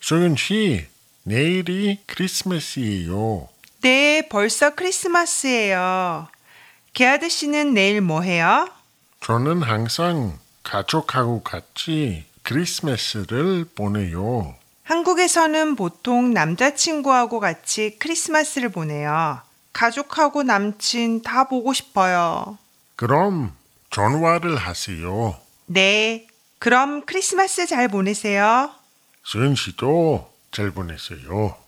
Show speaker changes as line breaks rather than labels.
승윤 씨, 내일이 크리스마스예요.
네, 벌써 크리스마스예요. 게아드 씨는 내일 뭐 해요?
저는 항상 가족하고 같이 크리스마스를 보내요.
한국에서는 보통 남자친구하고 같이 크리스마스를 보내요. 가족하고 남친 다 보고 싶어요.
그럼 전화를 하세요.
네, 그럼 크리스마스 잘 보내세요.
승윤 씨도 잘 보내세요.